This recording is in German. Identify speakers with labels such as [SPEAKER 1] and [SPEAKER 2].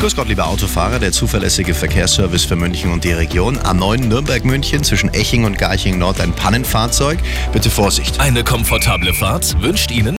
[SPEAKER 1] Grüß Gott, lieber Autofahrer, der zuverlässige Verkehrsservice für München und die Region. A9 Nürnberg-München zwischen Eching und Garching-Nord ein Pannenfahrzeug. Bitte Vorsicht.
[SPEAKER 2] Eine komfortable Fahrt wünscht Ihnen